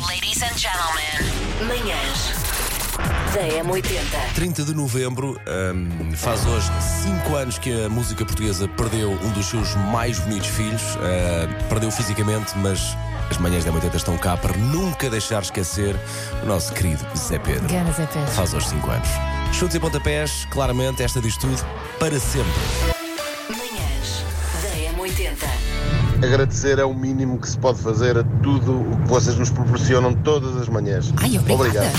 Ladies and gentlemen, manhãs da M80. 30 de novembro, hum, faz hoje 5 anos que a música portuguesa perdeu um dos seus mais bonitos filhos. Ah, perdeu fisicamente, mas as manhãs da 80 estão cá para nunca deixar esquecer o nosso querido Zé Pedro. Ganas é péssimo. Faz hoje 5 anos. Chutes e pontapés, claramente, esta diz tudo para sempre. Manhãs da M80. Agradecer é o mínimo que se pode fazer a tudo o que vocês nos proporcionam todas as manhãs. Ai, obrigada. Obrigado.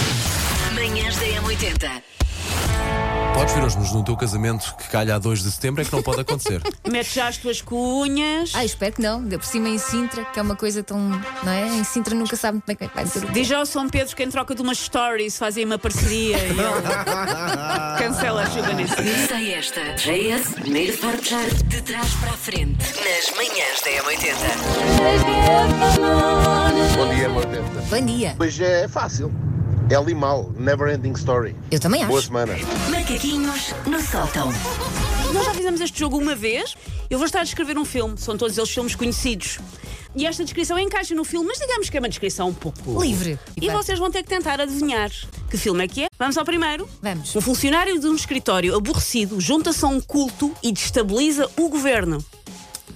Manhãs da M80. Podes vir hoje no teu casamento que calha a 2 de setembro, é que não pode acontecer. Mete já as tuas cunhas. Ah, espero que não. Ainda por cima em Sintra, que é uma coisa tão. Não é? Em Sintra nunca sabe muito bem como é que vai ser. Diz ao São Pedro que em troca de umas stories fazem uma parceria e ele cancela a chuva nesse dia. Sei esta. JS, primeiro partilhar de trás para a frente. Nas manhãs da M80. Bom dia, M80. Bom dia. Hoje é fácil. É Limal, Never Ending Story. Eu também Boa acho. semana. Macaquinhos no sótão. Nós já fizemos este jogo uma vez. Eu vou estar a descrever um filme. São todos eles filmes conhecidos. E esta descrição encaixa no filme, mas digamos que é uma descrição um pouco. Livre. E Vai. vocês vão ter que tentar adivinhar que filme é que é. Vamos ao primeiro. Vamos. Um funcionário de um escritório aborrecido junta-se a um culto e destabiliza o governo.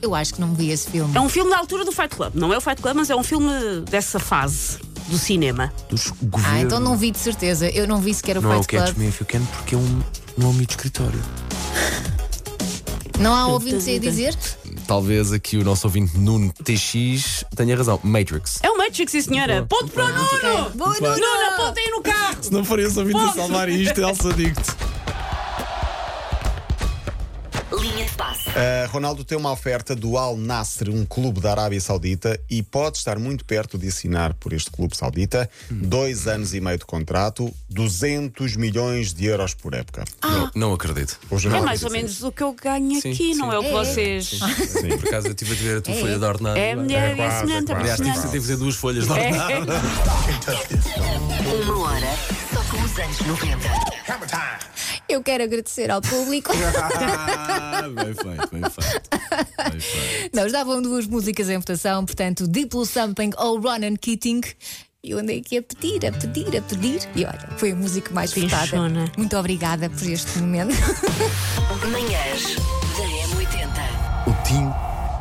Eu acho que não vi esse filme. É um filme da altura do Fight Club. Não é o Fight Club, mas é um filme dessa fase do cinema. Dos Ah, governos. então não vi de certeza. Eu não vi sequer o Não é o Fight Catch Club. Me If You Can, porque é um, um amigo de escritório. Não há ouvintes aí a dizer? Talvez aqui o nosso ouvinte Nuno TX tenha razão. Matrix. É o Matrix, sim, senhora. Ponto para o Nuno! Boa, Nuno! Nuno, aponta aí no carro! Se não for esse ouvinte a salvar isto, Elsa, digo-te. Linha de passe. Uh, Ronaldo tem uma oferta do Al Nasser, um clube da Arábia Saudita, e pode estar muito perto de assinar por este clube saudita. Dois anos e meio de contrato, 200 milhões de euros por época. Não, não acredito. O É jornal mais diz ou isso. menos o que eu ganho Sim, aqui, não sim. é o que É, vocês. Sim. Por acaso eu estive a ver a tua É. folha de ordenado. É, mulher, é quase, semelhante, é é Aliás, tive semelhante. tive a fazer duas folhas de É. ordenado. Uma hora, só com os anos 90. Eu quero agradecer ao público. Ah, bem feito, bem feito. Bem feito. Não, estavam duas músicas em votação, portanto, Diplo Something ou Ronan Keating. E eu andei aqui a pedir, a pedir, a pedir. E olha, foi a música mais votada. Pinchona. Muito obrigada por este momento. Manhãs da M80. O Tim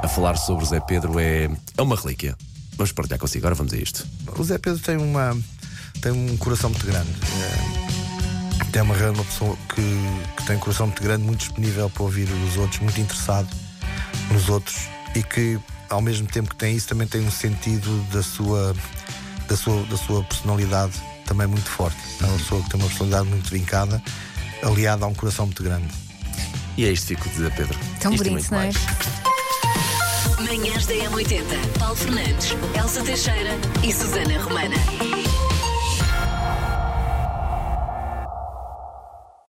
a falar sobre o Zé Pedro é, é uma relíquia. Vamos partilhar consigo, agora vamos a isto. O Zé Pedro tem uma tem um coração muito grande. É, é uma, uma pessoa que, que tem um coração muito grande, muito disponível para ouvir os outros, muito interessado nos outros e que ao mesmo tempo que tem isso também tem um sentido da sua da sua, da sua personalidade também muito forte. É uma pessoa que tem uma personalidade muito vincada, aliada a um coração muito grande. E é isto que fico de Zé Pedro. Tão Isto e bonito, muito não é? mais. Manhãs da M80. Paulo Fernandes, Elsa Teixeira e Susana Romana.